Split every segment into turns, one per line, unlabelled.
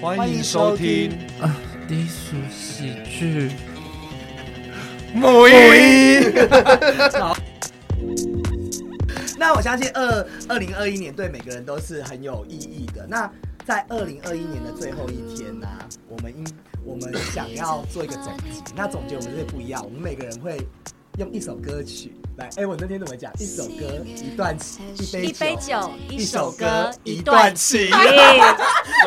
欢迎收听
啊，低俗喜剧。
木一。
那我相信二二零二一年对每个人都是很有意义的。那在二零二一年的最后一天呢、我们应我们想要做一个总结。那总结我们是不一样，我们每个人会用一首歌曲来。哎、我那天怎么讲？一首歌，一段一杯
一杯酒，
一
一
首
首
歌
歌，，
一
一
段
段哎
情。
情。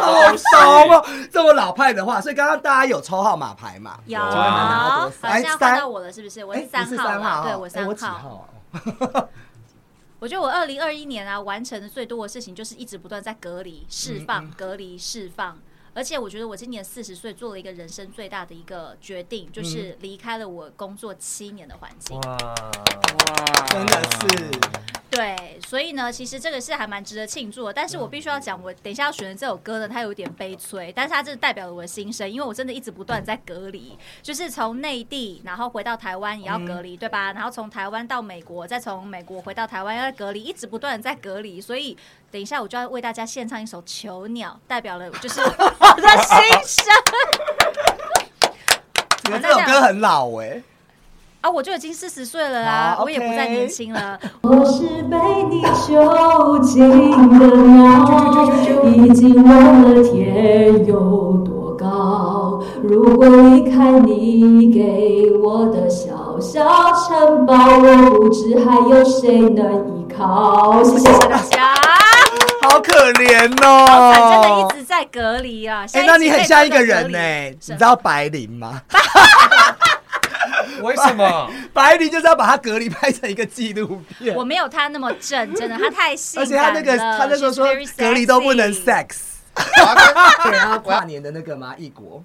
好熟哦，这么老派的话，所以刚刚大家有抽号码牌嘛？
有，啊
昨晚拿到
好
多少哎
像换
三
到我了，是不是？我
哎
是
你
三
是
号
三
啦，
号，
对我
哎我
三
几
号。
号啊？
我觉得我二零二一年啊，完成的最多的事情就是一直不断在隔离、释
嗯
放、隔离、释放。而且我觉得我今年四十岁做了一个人生最大的一个决定，
嗯
就是离开了我工作七年的环境。
哇
真的是。
对，所以呢，其实这个是还蛮值得庆祝的。但是我必须要讲，我等一下要选的这首歌呢，它有点悲催，但是它这代表了我的心声，因为我真的一直不断在隔离，就是从内地，然后回到台湾也要隔离，对吧？然后从台湾到美国，再从美国回到台湾要隔离，一直不断的在隔离。所以等一下我就要为大家献唱一首《囚鸟》，代表了就是我的心声
你们这首歌很老哎、
啊！我就已经四十岁了啊，
好
我也不
OK
再年轻了。
我是被你囚禁的鸟，已经忘了天有多高。如果离开你给我的小小城堡，我不知还有谁能依靠。谢谢大家。
家。
好可怜
反正
哦
呢。一直在隔离啊。
哎、
下一集
那你很像一个人呢、
可以
你
真
知
的隔离
道白灵吗？
为什么？
白灵就是要把它隔离拍成一个纪录
是
片
我，没有他那么正，真的，他太性
而且他
感
那个
了
他那时候说
she's very
隔离都不能
sexy
sex。然后跨年的那个吗？异国，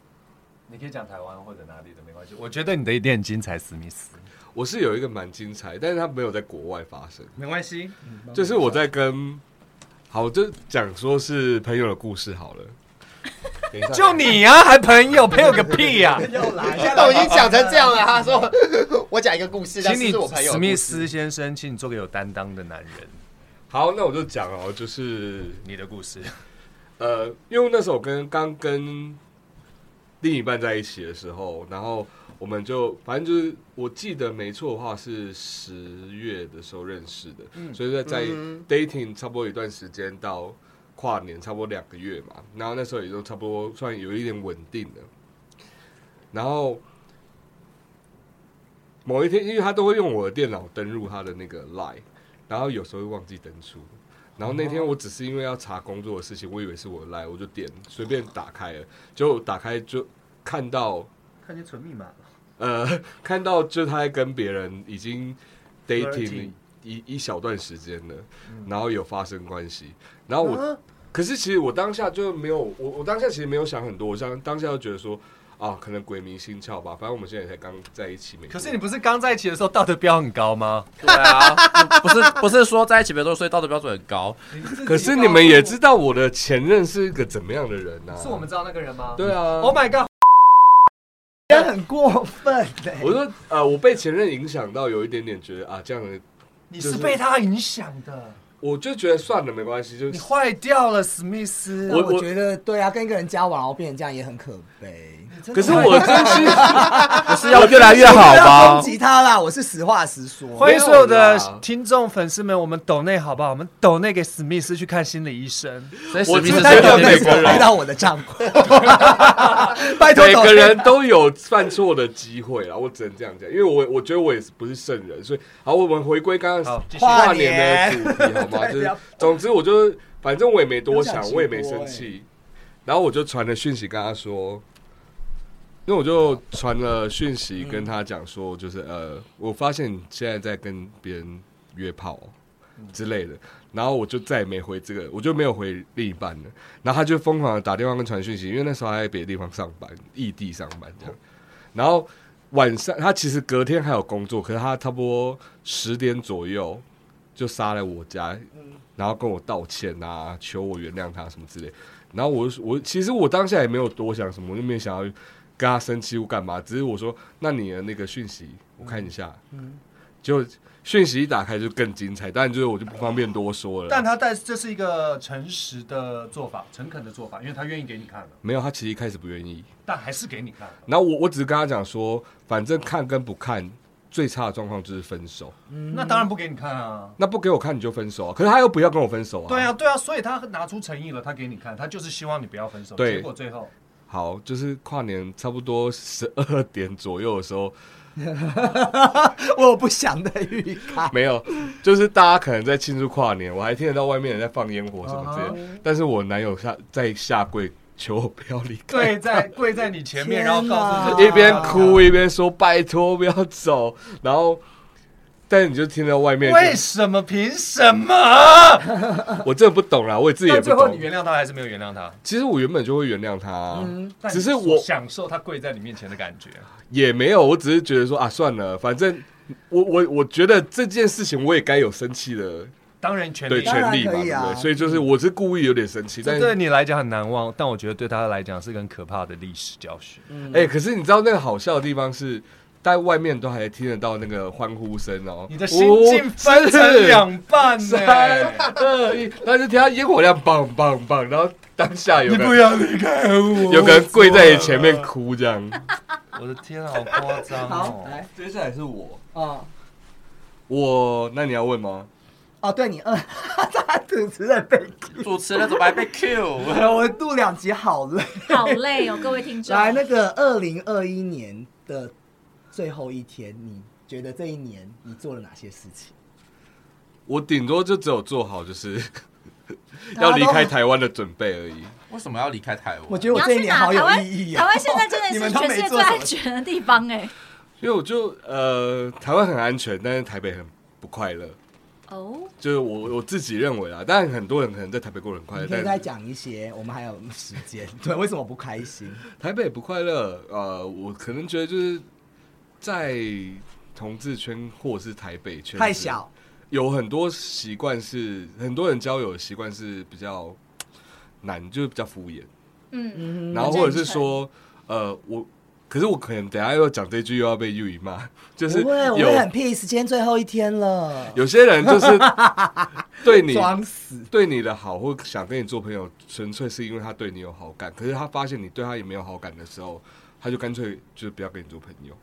你可以讲台湾或者哪里的没关系，我觉得你的一定很精彩，史密斯。
我是有一个蛮精彩，但是它没有在国外发生，
没关系，
就是我在跟，好，我就讲说是朋友的故事好了。等一下
就你啊，还朋友，朋友个屁啊呀、
又来，
都已经讲成这样了，他说我讲一个故事，但
请
是
你
是我朋友的
史密
故事
斯先生，请你做个有担当的男人。
好，那我就讲哦，就是
你的故事，
呃，因为那时候我跟刚跟另一半在一起的时候，然后我们就反正就是我记得没错的话是十月的时候认识的，所以在在
嗯
dating 差不多一段时间到跨年差不多两个月嘛，然后那时候也就差不多算有一点稳定了，然后。某一天，因为他都会用我的电脑登入他的那个 Line，然后有时候会忘记登出。然后那天我只是因为要查工作的事情，我以为是我来，我就点随便打开了，结果打开就看到
看见存密码了。
呃， 看到就他在跟别人已经
Flirting 嗯
dating 一一小段时间了，然后有发生关系，然后我，
啊
可是其实我当下就没有，我我当下其实没有想很多，我当当下就觉得说啊，可能鬼迷心窍吧，反正我们现在才刚在一起没多久，
可是你不是刚在一起的时候道德标很高吗？
对啊，不是 不是说在一起别多，所以道德标准很高。
可是你们也知道我的前任是一个怎么样的人呐、啊？
是我们知道那个人吗？
对啊，
，Oh my god！
真的很过分的、
我说呃，我被前任影响到，有一点点觉得啊，这样的，
你
就是
是被他影响的，
我就觉得算了，没关系，就
你坏掉了，史密斯。
但我
我
觉得对啊，跟一个人交往然后变成这样也很可悲。
可是我真心，
不是要越来越好
不 要
吗
攻？击他啦，我是实话实说
欢。迎所有的
没有啦
听众粉丝们，我们抖内好不好？我们抖内给史密斯去看心理医生。
所以史密斯
我知
是
道
有
有每
点
个人
回到我的账户， 拜托
每
抖
个
内
人都有犯错的机会啦，我只能这样讲，因为我我觉得我也是不是圣人，所以好，我们回归刚刚
好继续
跨年的主题好吗？
对不
就是
要
总之我就是反正我也没多想
不要想直，播欸
我也没生气，然后我就传了讯息跟他说。因为我就传了讯息
嗯
跟他讲说，就是呃，我发现你现在在跟别人约炮哦、
嗯
之类的，然后我就再也没回这个，我就没有回另一半了。然后他就疯狂的打电话跟传讯息，因为那时候他在别的地方上班，异地上班这样。然后晚上他其实隔天还有工作，可是他差不多十点左右就杀来我家，然后跟我道歉啊，求我原谅他什么之类。然后我就我其实我当下也没有多想什么，我就没想要跟他生气或干嘛，只是我说那你的那个讯息我看一下，就讯息一打开就更精彩，但就是我就不方便多说了。
但他但这是一个诚实的做法，诚恳的做法，因为他愿意给你看了，
没有，他其实一开始不愿意。
但还是给你看了。
然后我我只是跟他讲说，反正看跟不看，最差的状况就是分手。
那当然不给你看啊。
那不给我看你就分手啊，可是他又不要跟我分手啊。
对啊，对啊，所以他拿出诚意了，他给你看，他就是希望你不要分手。
对
结果最后
好，就是跨年差不多十二点左右的时候，
我有不祥的预感。
没有，就是大家可能在庆祝跨年，我还听得到外面人在放烟火什么之类的。
啊
但是我男友下在下跪求我不要离开，
跪 在跪在你前面，
天
然后告诉
哪
你
一边哭一边说拜托不要走，然后。但你就听到外面，
为什么，凭什么？
我真的不懂啦，我自己也
但
不
最后
懂
你。原谅他还是没有原谅他？
其实我原本就会原谅他啊、
但
只是
嗯你
我
享受他跪在你面前的感觉。
也没有，我只是觉得说啊，算了，反正我我我觉得这件事情我也该有生气的
当然，权
对
利
当然
权利嘛，
可以
对
啊
不对？所以就是我是故意有点生气，但
这对你来讲很难忘，但我觉得对他来讲是个很可怕的历史教训。
哎、可是你知道那个好笑的地方是，在外面都还听得到那个欢呼声哦，
你的心境分成两 半呢、
三二一，然后就听到烟火量棒棒棒，然后当下有
你不
个
要离开我，
有个人跪在你前面哭这样。
我的天啊，好夸张
好，
嗯
哦！
来，
接下来是我，
哦
我那你要问吗？
哦，对你二， 他主持人被
主持人怎么还被 Q？
我录两集好 累。
好累哦，各位听众。
来，那个二零二一年的最后一天，你觉得这一年你做了哪些事情？
我顶多就只有做好就是 要离开台湾的准备而已。
为什么要离开台湾？
我觉得我
你要
这一
去
年
哪？
好
台
有
湾
意义啊！
台湾现在 真
你
的
们
是
都
全
没
世界
做
最
什么
安全的地方哎。
因为我就呃，台湾很安全，但是台北很不快乐。
哦，
就是我我自己认为啊，当然很多人可能在台北过得很快乐
你，可以
但
再讲一些，我们还有时间。对，为什么不开心？
台北不快乐。呃，我可能觉得就是在同志圈或者是台北圈
太，小，
有很多习惯是很多人交友的习惯是比较难，就是比较敷衍，
嗯，
嗯，
然后或者是说呃我。可是我可能等一下又讲这句又要被玉姨骂，就是
不会，我
有
会很 peace。今天最后一天了，
有些人就是 对你
装死。
对你的好或想跟你做朋友，纯粹是因为他对你有好感。可是他发现你对他也没有好感的时候，他就干脆就是不要跟你做朋友。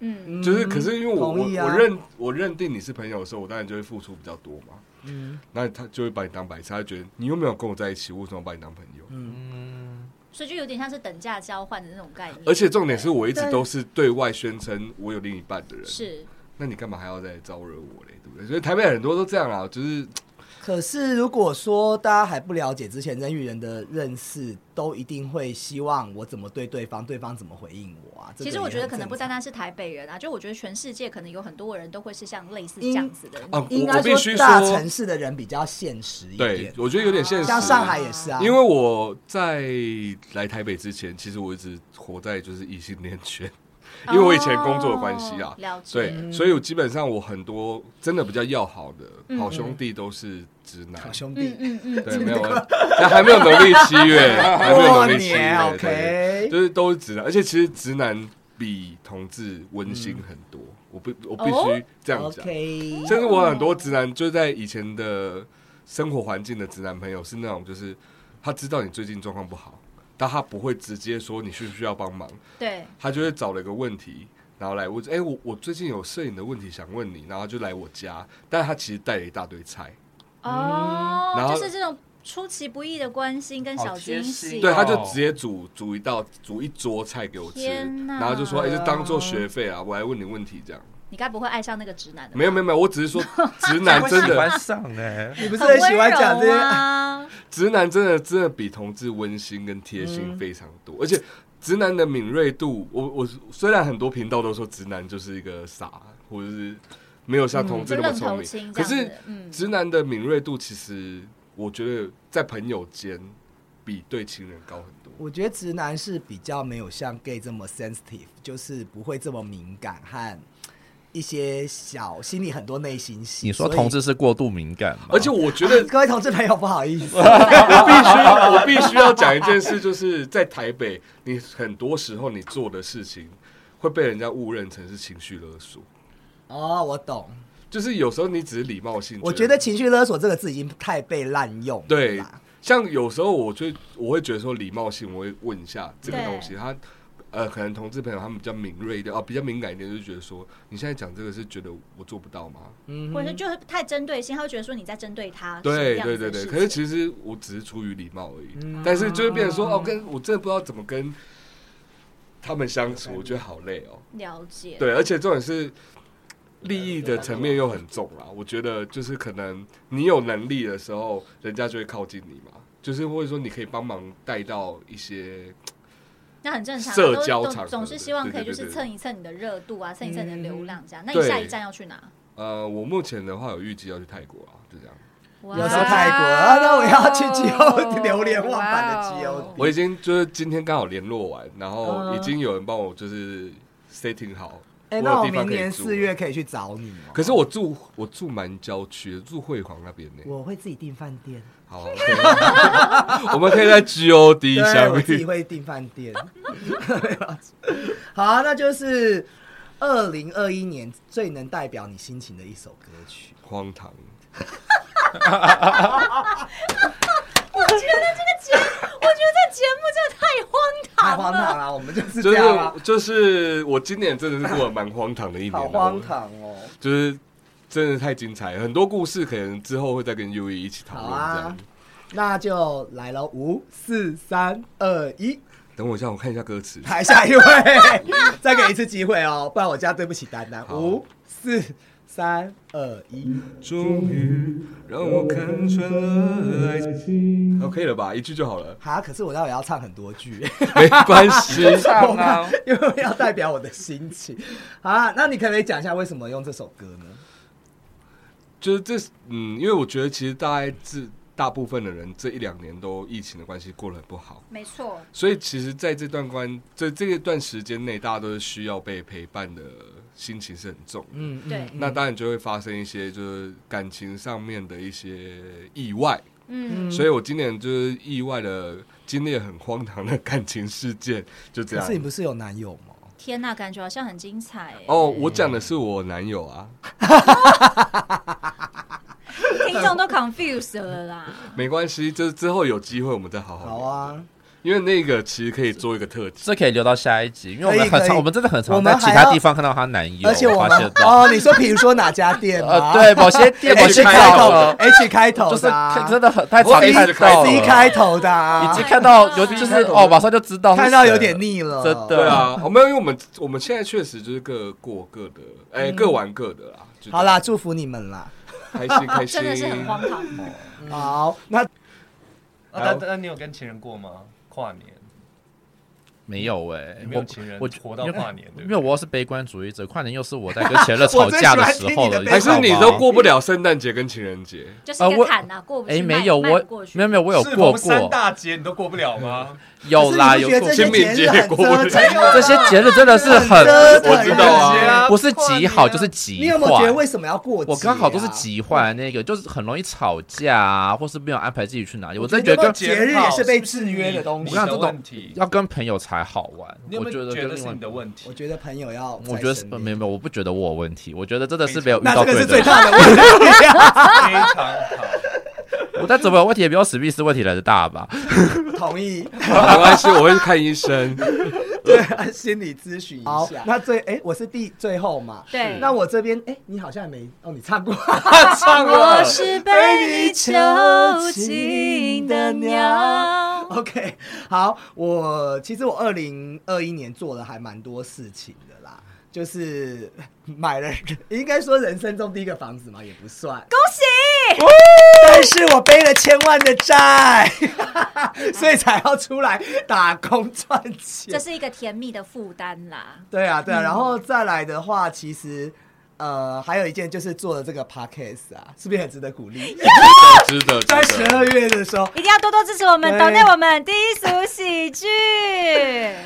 嗯，
就是，可是因为我、
同意
我
啊
我认我认定你是朋友的时候，我当然就会付出比较多嘛。
嗯
那他就会把你当白痴，他就觉得你又没有跟我在一起，为什么把你当朋友？
嗯，
所以就有点像是等价交换的那种概念。
而且重点是我一直都是对外宣称我有另一半的人，
是
那你干嘛还要再招惹我嘞？对不对？所以台北很多都这样啊，就是
可是如果说大家还不了解之前人与人的认识，都一定会希望我怎么对对方，对方怎么回应我啊。这个
其实我
也
觉得
很
可能不
正常
单单是台北人啊，就我觉得全世界可能有很多人都会是像类似这样子的人。
啊，
应
我我
该
必须
说
说，
大城市的人比较现实一
对
点，，
我觉得有点现实。
像上海也是啊。
因为我在来台北之前，其实我一直活在就是异性恋圈， 因为我以前工作的关系啊
哦，了解。
嗯
对，所以我基本上我很多真的比较要好的
嗯
好兄弟都是直男
好，兄
嗯
弟，
嗯嗯，
对，没有，但还没有农历七月，还没有
过
农历七
哦年
月，对，
欸
哎
OK，
就是都是直男，而且其实直男比同志温馨很多，我不我必
嗯哦
须这样讲，
OK，
甚至我很多直男，就是在以前的生活环境的直男朋友是那种，就是他知道你最近状况不好，但他不会直接说你需不需要帮忙，
对，
他就会找了一个问题，然后来问，哎、我我最近有摄影的问题想问你，然后就来我家，但他其实带了一大堆菜，
嗯
哦，
然后
就是这种出其不意的关心跟小
好贴
惊喜。
心
对，他就直接煮煮一道煮一桌菜给我吃，
天哪
然后就说，哎、就当做学费啊，我来问你问题这样，
你该不会爱上那个直男的吧？
没有没有没有，我只 是说直男真
喜欢
的
上
欸
呢？
你不
很
是很喜欢
温柔
讲 这些？
啊。
直男真的真的比同志温馨跟贴心非常
嗯
多，而且直男的敏锐度，我我虽然很多频道都说直男就是一个傻，或者是没有像同志
嗯就
那么
愣
聪
头
明，
青这
可
样
是
子，嗯，
直男的敏锐度其实我觉得在朋友间比对情人高很多。
我觉得直男是比较没有像 gay 这么 sensitive，就是不会这么敏感和一些小心里很多内心戏。
你说
所以
同志是过度敏感
哦
吗？
而且我 觉得
各位同志朋友不好意 思，
我必须我必须要讲一件事，就是在台北，你很多时候你做的事情会被人家误认成是情绪勒索。
哦，我懂。
就是有时候你只是礼貌性，
我觉得情绪勒索这个字已经太被滥用了
对
啦，
像有时候我就我会觉得说礼貌性，我会问一下这个
对
东西，他呃可能同志朋友他们比较敏锐一点，哦比较敏感一点，就觉得说你现在讲这个是觉得我做不到
啊
吗？
嗯
或者
哼，
就是太针对性，他会觉得说你在针对他。
对
是这
对
样子
对
的
对，
事
可是
情
其实我只是出于礼貌而已，
嗯
但是就会变成说哦，跟我真的不知道怎么跟他们相处，我觉得好累哦。
了解。
对，而且重点是利益的层面又很重啊啦。我觉得就是可能你有能力的时候，人家就会靠近你嘛，就是或者说你可以帮忙带到一些，
那很正常啊，
社
都
交
都
场合
总是希望可以就
对对
是
对嗯
蹭一蹭你的热度啊，蹭一蹭你的流量这样。那你
对
下一站要去哪？
呃，我目前的话有预计要去泰国啊，就这样。
哇哦
要说泰国啊，那我要去吉欧 流连忘返的吉欧。
我已经就是今天刚好联络完，然后
哦嗯
已经有人帮我就是 setting 好。
哎、
有
那我
地方
明
可以
年
住啊
四月可以去找你哦。
可是我住我住蛮郊区的，住惠皇那边呢。
我会自己订饭店，
好， 我们可以在 GOD
对，我
相
自己
遇。
会订饭店。 好、啊，那就是二零二一年最能代表你心情的一首歌曲。
荒唐，
我觉得这个节，我觉得这节目真的太荒
太
唐
荒
了。
唐了，我们就是
就
这
是
样啊，
就是我今年真的是过得蛮荒唐的一年啊，
好荒唐哦。
就是真的太精彩了，很多故事可能之后会再跟 U E 一起讨论
好啊
这样。
那就来了，五四三二一，
等我一下，我看一下歌词。
来下一位，再给一次机会哦，不然我这样对不起丹丹。
好
五四三二一，
终于让我看穿了爱情。好，可以了吧？一句就好了，
哈，可是我待会要唱很多句。
没关 系。
唱 啊！
因为要代表我的心情。好啊，那你可不可以讲一下为什么用这首歌呢？
就是这，嗯，因为我觉得其实大概自大部分的人这一两年都疫情的关系过得很不好。
没错，
所以其实在这段关这这一段时间内，大家都是需要被陪伴的心情是很重的。
嗯，嗯
对
那当然就会发生一些就是感情上面的一些意外，
嗯，
所以我今年就是意外的经历了很荒唐的感情事件，就这
可是你
样。
不是有男友吗？
天呐，感觉好像很精彩耶。
哦，我讲的是我男友啊，
听众都 confused 了啦。
没关系，就是之后有机会我们再好好聊
好，啊，
因为那个其实可以做一个特辑。
这可以留到下一集，因为我们
可以
很
可以
常，我们真的很
我
常
们
在
还
其他
要
地方看到她男友，
而且我
发
们
现到。
哦，你说比如说哪家店吗？
呃，对，某些 店某
，H
些
开
店
头
呃
，H 开头
就是
的啊
看真的很太常
我一直
看
看
到了，
到
，C 开头的啊，
已经看到有
看
就是
开头
哦，马上就知道是谁
看到有点腻了，
真的
对啊，哦没有，因为我们我们现在确实就是各过各的，哎，各玩各的啦。就这样
好啦，，祝福你们啦。
开心开心，
真的是很荒唐哦。
嗯
好，那
啊但但你有跟情人过吗？跨年
没有哎
你，没有
我
情人
我
活到跨年对不对
因为我是悲观主义者，跨年又是我在跟前任吵
我最喜
架
欢
的时候
听你的
了，
悲
还
知道
是
吗
你都过不了圣诞节跟情人节？
就是
啊
一个坎呐，过不去。
哎，
迈
没有
迈
我
过去
没有没有我有
适
过
逢三
过，
大节你都过不了吗？
有啦
可是你
有
不觉
过
得这些
过，
清明
节日
节
很
过
折
不
腾吗
这些节日真的是很
折腾
我知道啊
情人节啊
不是极好
跨年啊
就是
你
极
有没有觉
坏
得。为什么要过节啊？
我刚好都是极坏那个，就是很容易吵架啊，或是没有安排自己去哪里。我真的觉
觉得
得
节日也是被制约的东西
你的问题，
要跟朋友才好玩。
你有
我
没有
得
觉得
跟另
是
外
你的问题
我？觉得朋友要在身边，
我觉得是没有没有，我不觉得我有问题，我觉得真的是没有遇
那
到
这个
对
是最
的。
大的问题啊。
非常好，
我但怎么有问题也没有史密斯问题来的大吧？
同 意。
没关系，我会去看医生。
对啊，心理咨询一
好
那最哎、我是第最后嘛。
对，
那我这边哎、你好像还没哦，你唱过。
唱
我是被你囚禁的鸟。
OK，好，我其实我二零二一年做了还蛮多事情的啦，就是 买了，应该说人生中第一个房子嘛，也不算。恭喜！但是我背了千万的债， 所以才要出来打工赚钱。
这是嗯一个甜蜜的负担啦。
对啊，对啊，然后再来的话，其实呃， 还有一件就是做了这个 podcast 啊，是不是很值得鼓励？
值得，值
在十二
得。
月的的时候，
一定要多多支持我们，
对
抖内我们低俗喜 剧。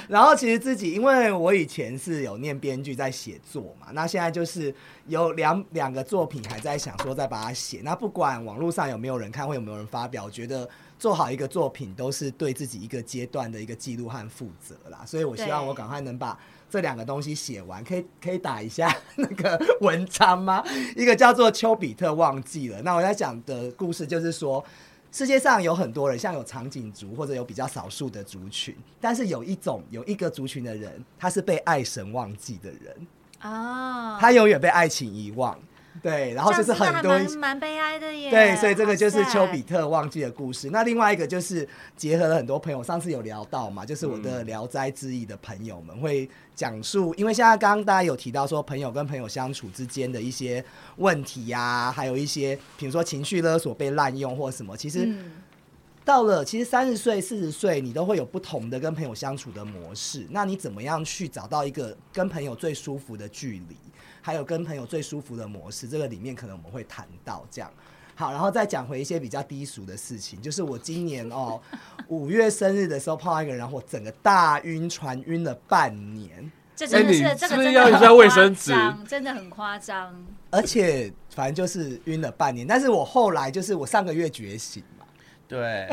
然后其实自己，因为我以前是有念编剧在写作嘛，那现在就是有两两个作品还在想说再把它写。那不管网络上有没有人看，会有没有人发表，我觉得做好一个作品都是对自己一个阶段的一个记录和负责啦。所以我希望
对
我赶快能把。这两个东西写完，可以可以打一下那个文章吗？一个叫做丘比特忘记了。那我在讲的故事就是说，世界上有很多人，像有长颈族或者有比较少数的族群，但是有一种有一个族群的人，他是被爱神忘记的人，
哦，
他永远被爱情遗忘。对，然后就是
这样
很
真
多
的还蛮蛮悲哀的耶。
对，所以这个就是
好 sad
丘比特忘记的故事。那另外一个就是结合了很多朋友，上次有聊到嘛，就是我的《聊斋志异》的朋友们会讲述，因为现在刚刚大家有提到说朋友跟朋友相处之间的一些问题呀、还有一些比如说情绪勒索被滥用或什么，其实。
嗯
到了其实三十岁、四十岁，你都会有不同的跟朋友相处的模式。那你怎么样去找到一个跟朋友最舒服的距离，还有跟朋友最舒服的模式？这个里面可能我们会谈到这样。好，然后再讲回一些比较低俗的事情，就是我今年哦五月生日的时候碰到一个人，然后我整个大晕船，晕了半年，
这真的是
哎你
这
是
个
不是
真的
要
很
一下卫生纸
夸张真的很夸张。
而且反正就是晕了半年。但是我后来就是我上个月觉醒嘛，
对，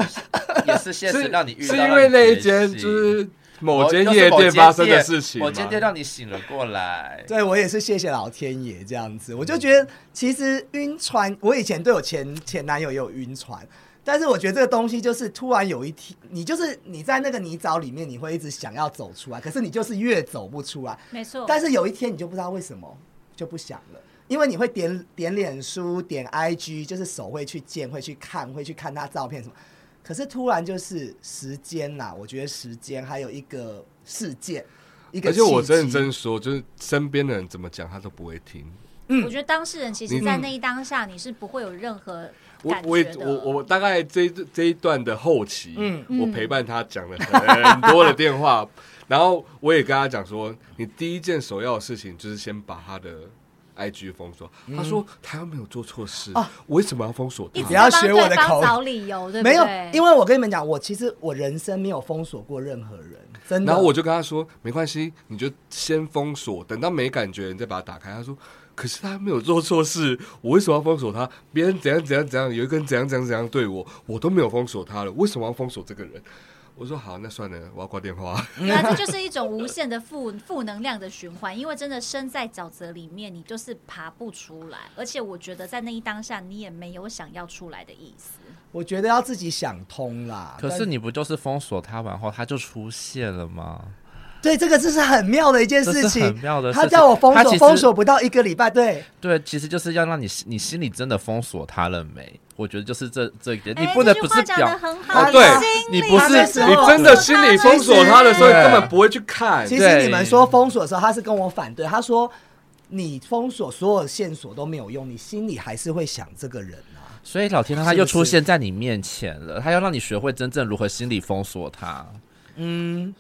也是现实让你遇到
是因为那一
让
间
你觉醒
就是某间
又是
夜
某
店发生的事情吗
某间店让你醒了过来。
对我也是谢谢老天爷这样子，我就觉得其实晕船，我以前对我前前男友也有晕船，但是我觉得这个东西就是突然有一天，你就是你在那个泥沼里面，你会一直想要走出来，可是你就是越走不出来，
没错，
但是有一天你就不知道为什么就不想了。因为你会点点脸书、点 IG，就是手会去见、会去看、会去看他照片什么。可是突然就是时间啦，我觉得时间还有一个事件，一个
而且我
契机
认真说，就是身边的人怎么讲他都不会听。
我觉得当事人其实，
你
在那一当下，你是不会有任何
我
感
我
觉
也
的。
我我大概这一这一段的后期，
嗯
我陪伴他讲了很多的电话，然后我也跟他讲说，你第一件首要的事情就是先把他的 IG 封锁。他
嗯
说他又没有做错事，
哦
我为什么要封锁
一直
不
他？
要
帮
学我的
对方
口
找理由，对不
没
对？
有，因为我跟你们讲，我其实我人生没有封锁过任何人，真的。
然后我就跟他说，没关系，你就先封锁，等到没感觉你再把它打开。他说。可是他没有做错事，我为什么要封锁他？别人怎样怎样怎样，有一个人怎样怎样怎样对我，我都没有封锁他了，为什么要封锁这个人？我说好，那算了，我要挂电话。
对啊，这就是一种无限的负 负能量的循环。因为真的身在沼泽里面，你就是爬不出来。而且我觉得在那一当下，你也没有想要出来的意思。
我觉得要自己想通啦。
可是
但
你不就是封锁他完后他就出现了吗？
对这个这是很妙的一件事
这是
情，
很妙的事
他
情
叫我封
他
锁，
其实
封锁不到一个礼拜，对，
对，其实就是要让你心你心里真的封锁他了没？我觉得就是这这一点，你
哎
不能
这
不
句
是
话讲
表
的很
啊
好，
对
心
你
里啊
不是哦
的时候
你真的心里封锁他的时候，
对
根本不会去看。
哦
其实你们说封锁的时候，他是跟我反对，他说你封锁所有线索都没有用，你心里还是会想这个人啊。
所以老天让他
是不
又出
是
现在你面前了，他要让你学会真正如何心理封锁他。
嗯，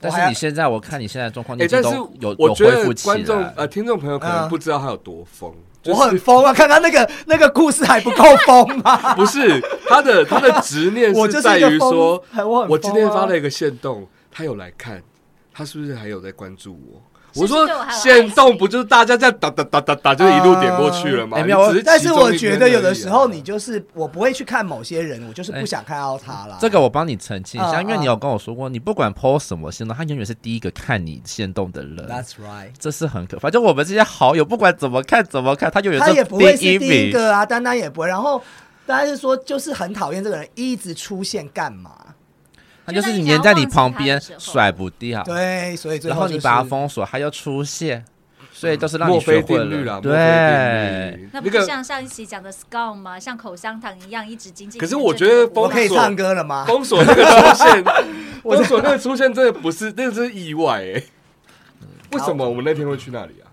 但
我还
是你现在，我看你现在的状况，你
哎、
已经
但是
都有
我
有
觉
恢
得
复起
观众
来。
呃听众朋友可
嗯
能不知道他有多疯，就
我
是
很疯啊！看他那个那个故事还不够疯吗？
不是他的他的执念
我就是
在
一个
于
疯
说
很我很疯啊，
我今天发了一个线动，他有来看，他是不是还有在关注我？
是不
我
是
说
对我还有
线动不就是大家这样打打打打打，就是一路点过去了吗？
哎
你
没有
只是
呃但
其
是
中
我
一
觉
边
得
而已
有的时候你
啊
就是我不会去看某些人，我就是不想看到他
哎
啦。
这个我帮你澄清一下，
嗯
因为你有跟我说过，你不管 PO 什么行动，他永远是第一个看你行动的人，
That's right。
这是很可怕。就我们这些好友，不管怎么看怎么看，他永远
他也
是
不会是
一
第一
名。
个啊，丹丹也不会。然后丹丹是说，就是很讨厌这个人一直出现干嘛？
他就是黏在你旁边
就当你想要忘记他的时候
甩不
啊
掉，
对，所以最
然
后
后
就是、
你把它封锁，他又出现，所以都是让
嗯墨
你学
菲
会
定律
了。
啦，
对
墨菲，定律
那不
那
是
个。
像上一期讲的 scum 吗？像口香糖一样一直紧紧。
可是我觉得封
我可以
锁
唱歌了吗？
封锁那个 出现，封锁那个出现真的不是，那个是意外哎、为什么我们那天会去那里啊？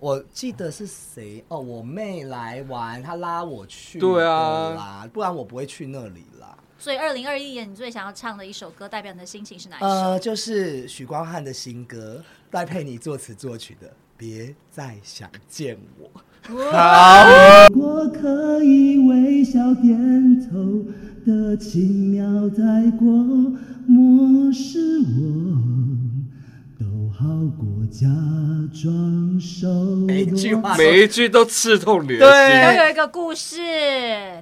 我记得是谁哦，我妹来玩，她拉我去，
对啊
啦，不然我不会去那里啦。
所以二零二一年你最想要唱的一首歌，代表你的心情是哪一首？
呃，就是许光汉的新歌，戴佩妮作词作曲的《别再想见我》，
我可以微笑点头的轻描带过，漠视我，都好过假装熟 络。
每一句话都
每一句都刺痛你的
啊
心。
都有一个故事，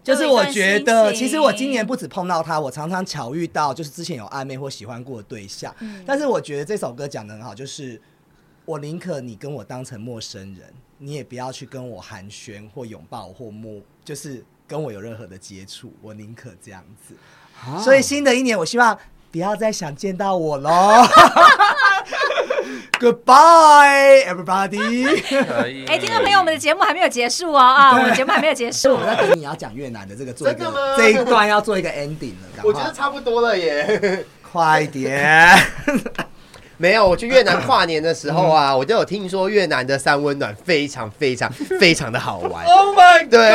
就是我觉得，
都有一段心情
其实我今年不止碰到他，我常常巧遇到，就是之前有暧昧或喜欢过的对象。
嗯
但是我觉得这首歌讲的很好，就是我宁可你跟我当成陌生人，你也不要去跟我寒暄或拥抱或摸，就是跟我有任何的接触，我宁可这样子。
啊
所以新的一年，我希望不要再想见到我喽。Goodbye, everybody。
可以。
哎，听众朋友，我们的节目还没有结束哦啊，我们节目还没有结束
我。们在等你要讲越南的这个做一
真
个
的吗
这一段要做一个 ending 了，赶快
我觉得差不多了耶。
快 点。
没有，我去越南跨年的时候啊，我就有听说越南的三温暖非常非常非常的好玩。
Oh my god！
对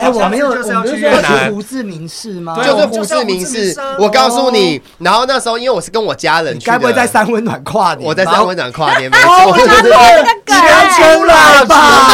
哎、我没有，我
就是要
们
去
是
越
说
南
去胡志明市吗？
就是胡志明市，我告诉你，然后那时候因为我是跟我家人
你
去的，
该不会在三温暖跨年吧？
我在三温暖跨 年，没
哦，
错
我，真的 全出来吧！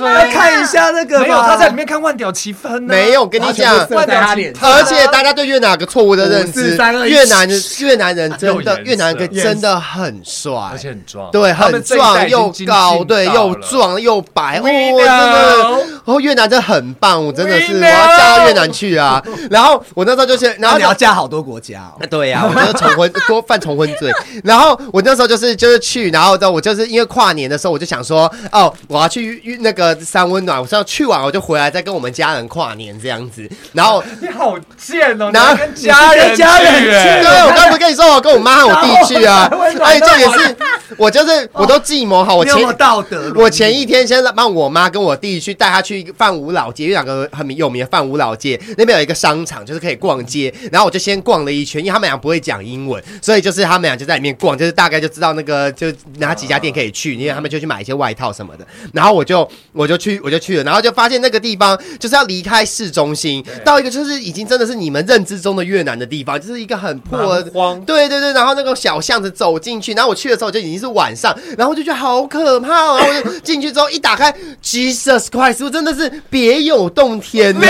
乱
来
吹，
看一下那个吧，
没有他在里面看万屌齐分呢，
没有，我跟你
然后
讲
全部，射在他脸上，
而且大家对越南有个错误的认
哦五四
知
三二，一
越南人越南人真
有颜
的
色
越南人真的很帅
而。且很壮，
对，
哦他们
很
这一代
壮
已经
又
精进到
高，
了
对，又。壮又白，哦，
We
真的
know，
哦，越南真的很棒，我真的是
We
我
know
要嫁到越南去啊！然后我那时候就是，然
然后
后
啊你要嫁好多国家哦。
对 呀、我就是重婚多犯重婚罪。然后我那时候就是就是去，然后呢，我就是因为跨年的时候，我就想说，哦，我要去遇那个三温暖，我想去完我就回来再跟我们家人跨年这样子。然后，
你好贱哦！你
然后
还跟家人去
家人
哎
对，我刚不是跟你说，我跟我妈和我弟去啊。哎，这也
哦
是我就是我都计谋好，我
你有
前
没有道德？
我前一天先让我妈跟我弟去带他去一个范武老街，因为两个很有名的范武老街那边有一个商场，就是可以逛街。然后我就先逛了一圈，因为他们俩不会讲英文，所以就是他们俩就在里面逛，就是大概就知道那个就哪几家店可以去，因为他们就去买一些外套什么的。然后我就我就去我就去了，然后就发现那个地方就是要离开市中心，到一个就是已经真的是你们认知中的越南的地方，就是一个很破
蛮荒
对对对，然后那个小巷子走进去，然后我去的时候就已经是晚上，然后我就觉得好可怕哦，然后我就进去之后一打开，Jesus Christ，我真的是别有洞天 呐！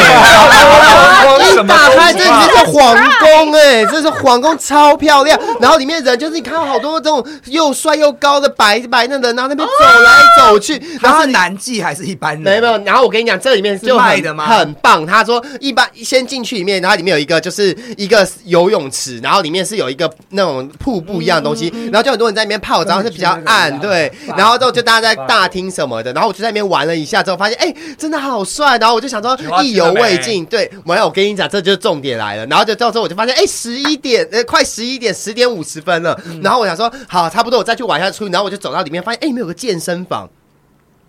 什
一
么
啊打开，这
东西
这是皇宫哎、这是皇宫超漂亮。然后里面人就是你看到好多这种又帅又高的白白嫩的人，然后那边走来走去，然
他
后
是男妓还是一般人？
没有没有，然后我跟你讲，这里面就
卖
很
的吗
很棒。他说一般先进去里面，然后里面有一个就是一个游泳池，然后里面是有一个那种瀑布一样的东西，然后就很多人在里面泡，然后是比较暗，对。然后之后就大家在大厅什么的，然后我就在那边玩了一下之后，发现哎、真的好帅，然后我就想说
菊花
意
吃了
犹未
没
尽。对，没有，我跟你讲，这就是重点来了。然后就到时候我就发现，哎、1十一点，呃，快十一点，十点五十分了。然后我想说，好，差不多，我再去玩一下出去。然后我就走到里面，发现哎、里面有个健身房。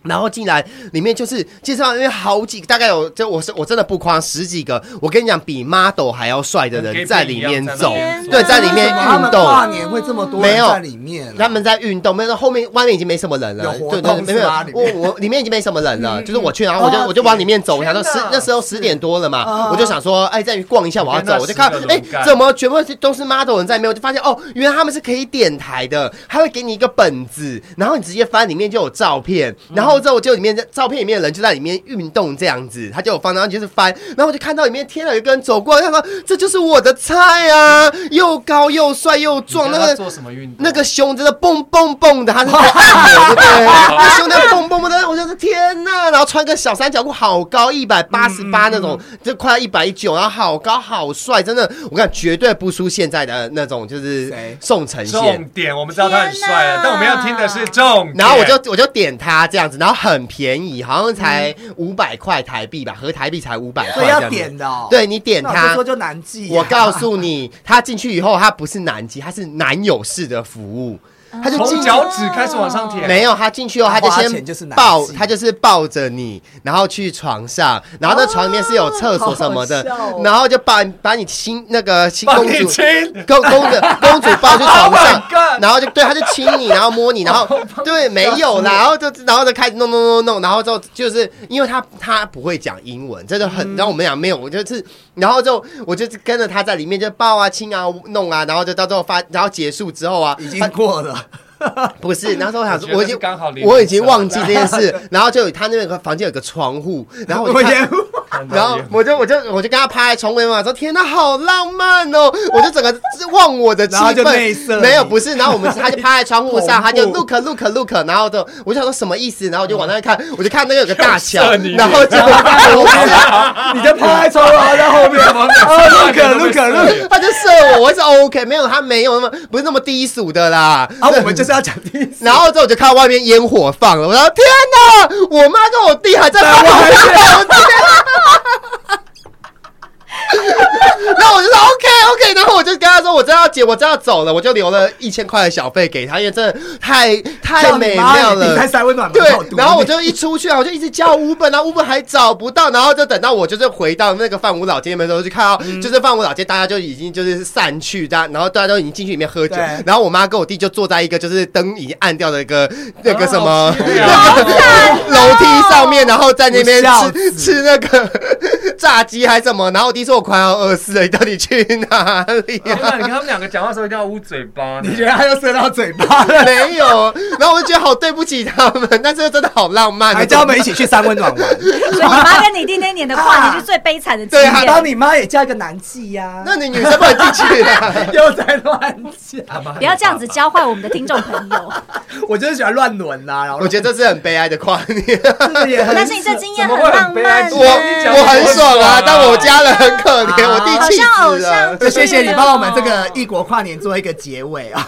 然后进来，里面就是介绍，因为好几大概有，就我是我真的不夸十几个，我跟你讲，比 model 还要帅的
跟 gay
人在里
band 一样
面
在那
走
边，走
对，在里面
为什么他
运
们
动
跨，年会这么多人
没有
在里面啊，
他们在运动，没有后面外面已经没什么人了，
有活
对
动
对，没
是
有
吗里，
我
面
我里面已经没什么人了，就是我去，然后我就
哦
我就往里面走，我想说
天
十
哪
那时候十点多了嘛
啊，
我就想说，哎，再逛一下我要
天哪
走，我就看
十个，
哎
人干，
怎么全部都是 model 人在里面，我就发现哦，原来他们是可以点台的，他会给你一个本子，然后你直接翻里面就有照片，
嗯
然后之后就里面照片里面的人就在里面运动这样子，他就有放，然后就是翻，然后我就看到里面天哪，有一个人走过来，他说这就是我的菜啊，又高又帅又壮，
你
那
知道他
个
做什么运动？
那个胸真的蹦蹦蹦的，他是在按摩，对不 对？那胸在蹦蹦蹦的，我就是天呐！然后穿个小三角裤，好高，一百八十
嗯
八那种，就快一百一九，然后好高好帅，真的，我看绝对不输现在的那种，就是
谁
宋承宪
重。点，我们知道他很帅
天哪
了，但我们要听的是重点。
然后我就我就点他这样子，然后很便宜，好像才五百块台币吧，合台币才五百
嗯所
块
以
这样
要
子。
点的哦。
对你点
那我就
他
说，就男妓啊。
我告诉你，他进去以后，他不是男机，他是男友式的服务，他就进
从
去
脚趾开始往上舔，
没有，他进去后，他就
花钱就是
先
男
抱，
妓
他就是抱着你，然后去床上，然后那床里面是有厕所什么的，
好好笑哦
然后就把你把你亲那个亲
帮
公
你
主
亲。
公公主公主抱去床上
Oh my，God
然后就对，他就亲你，然后摸你，然后对，没有啦，然后就然后就开始弄弄弄弄，然后之后就是因为他他不会讲英文，这就很，然后我们俩没有，我就是，然后就我就是跟着他在里面就抱啊亲啊弄啊，然后就到最后发，然后结束之后啊，
已
他
经过了，
不是，那时候我想
我觉，
说
得
我已经
是刚好临
我已经忘 记这件事，然后就有他那个房间有个窗户，然后我就
我
看
也
看到
然后
也
我就我就我就跟他趴在床边嘛，说天哪，好浪漫哦！我就整个忘我的气
然后就内
氛，
射
没有
你
不是，然后我们他就趴在窗 户上，
恐怖
他就 look look look，然后就我就想说什么意思，然后我就往那看，我就看那个有个大桥
射你，
然 后就不是，
你就趴在床
哦
上在后面吗？哦，陆可陆可陆可
他就射我，我是 OK，没有他没有那么不是那么低俗的啦，
啊， 我们就是要讲 第一次，
然后之后我就看到外面烟火放了，我说天哪！我妈跟我弟还在放烟火，然后我就说 OK OK，然后我就跟他说我真的要结，我真的要走了，我就留了一千块的小费给他，因为真的太太
叫你
美
妈
妙
你
了
才。塞温暖
对
门口，
然后我就一出去啊，我就一直叫 Uber，然后 Uber 还找不到，然后就等到我就是回到那个范武老街那边的时候，就看到
嗯
就是范武老街大家就已经就是散去，大家然后大家都已经进去里面喝酒
对，啊
然后我妈跟我弟就坐在一个就是灯已经暗掉的一个那个什么
啊
那个楼梯上面，然后在那边
我笑
吃吃那个 炸鸡还是什么，然后我弟说我快要饿死了，你到底去哪里 啊
天哪！你跟他们两个讲话的时候一定要捂嘴巴呢，
你觉得他又射到嘴巴了，
没有，然后我就觉得好对不起他们，但是真的好浪漫，
还叫他们一起去三温暖 玩，
所以你妈跟你弟那一年的跨年是最悲惨的经
对
验。
啊
然后你妈也叫一个男妓呀，
那你女生不能进去啊？
又在乱讲，
不要这样子教坏我们的听众朋 友。
我就是喜欢乱伦呐，然后
我觉得这是很悲哀的跨年，
这个也很，
但是你这经验
怎么
很
会
浪
很悲哀
漫呢，
我我很爽啊，但我家人很可怜，我弟气
好像偶
死
像哦
了。
就谢谢你帮我们这个异国跨年做一个结尾 啊、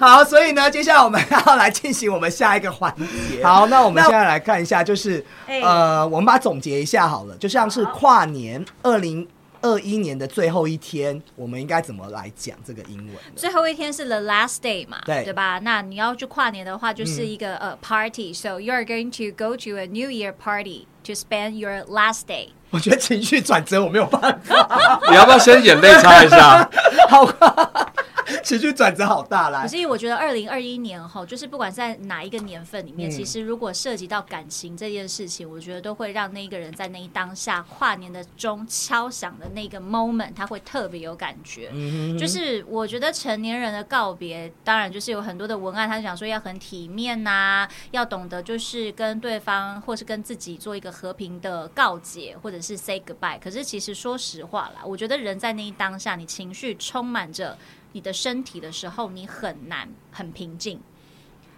好，所以呢，接下来我们要来进行我们下一个环节。好，那我们现在来看一下，就是
哎
呃，我们把它总结一下好了，就像是跨年二零二一年的最后一天，我们应该怎么来讲这个英文呢？
最后一天是 the last day 嘛，
对
吧？那你要去跨年的话，就是一个呃、party，so you are going to go to a New Year party to spend your last day。
我觉得情绪转折我没有办法，
你要不要先眼泪擦一下？
好 吧， 情绪转折好大啦
可。是我觉得二零二一年哈，就是不管在哪一个年份里面，其实如果涉及到感情这件事情，我觉得都会让那一个人在那一当下跨年的钟敲响的那个 moment，他会特别有感觉。就是我觉得成年人的告别，当然就是有很多的文案，他讲说要很体面呐、要懂得就是跟对方或是跟自己做一个和平的告解，或者是 say goodbye。可是其实说实话啦，我觉得人在那一当下，你情绪充满着你的身体的时候，你很难很平静。
嗯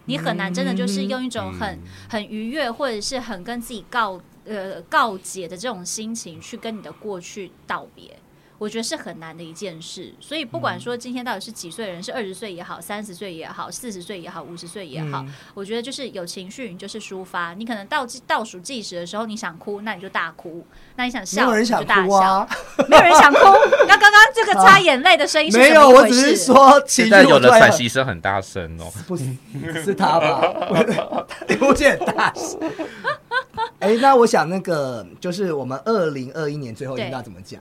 你很难真的就是用一种很、很愉悦，或者是很跟自己告呃告解的这种心情去跟你的过去道别。我觉得是很难的一件事。所以不管
嗯
说今天到底是几岁的人，是二十岁也好，三十岁也好，四十岁也好，五十岁也
嗯
好，我觉得就是有情绪，你就是抒发。你可能倒计倒数计时的时候，你想哭，那你就大哭；那你想
没
笑，
有人
你就
想
大
哭
笑
啊。，
没有人想哭。那刚刚这个擦眼泪的声音是
没
怎
有，
么一
我
回
只
事
是说情
现
绪
在有
我
的
突然
喘
很
息声很大声哦，
不是是他吧？ 我姐很大 声。哎、那我想那个就是我们二零二一年最后一
对
定要怎么讲？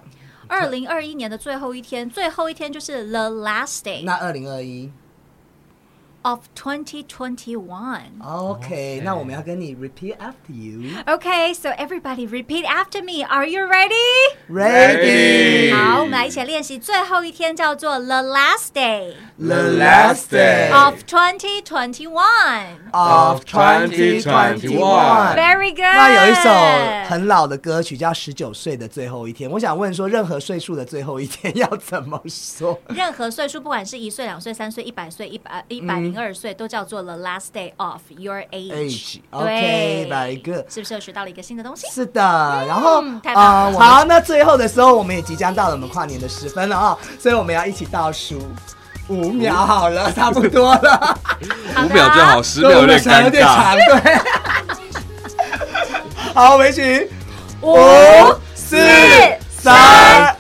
二零二一年的最后一天，最后一天就是 the last day
那二零二一
of twenty twenty one。
，OK，那我们要跟你 repeat after you
Okay, so everybody repeat after me. Are you ready?
ready
好，我们来一起练习。最后一天叫做 the last day
the last day
of 2021.
of
2021
2021。
Very good.
那有一首
哎
很老的歌曲叫《十九岁的最后一天》，我想问说，任何岁数的最后一天要怎么 说？
任何岁数，不管是一岁、两岁、三岁、一百岁、一百一百零二岁，都叫做 the last day of your age
Age，。
对
OK，very good
是不是又学嗯到了一个新的东西？
是的，然后
嗯太棒了
呃我们好，那最后的时候，我们也即将到了我们跨年的时分了啊、所以我们要一起倒数五秒，好了，差不多了，
好
五
的
秒就好，十 秒有点
对我们
尴
有点
尬
长，。对。好，我们一起
五
五、四、三、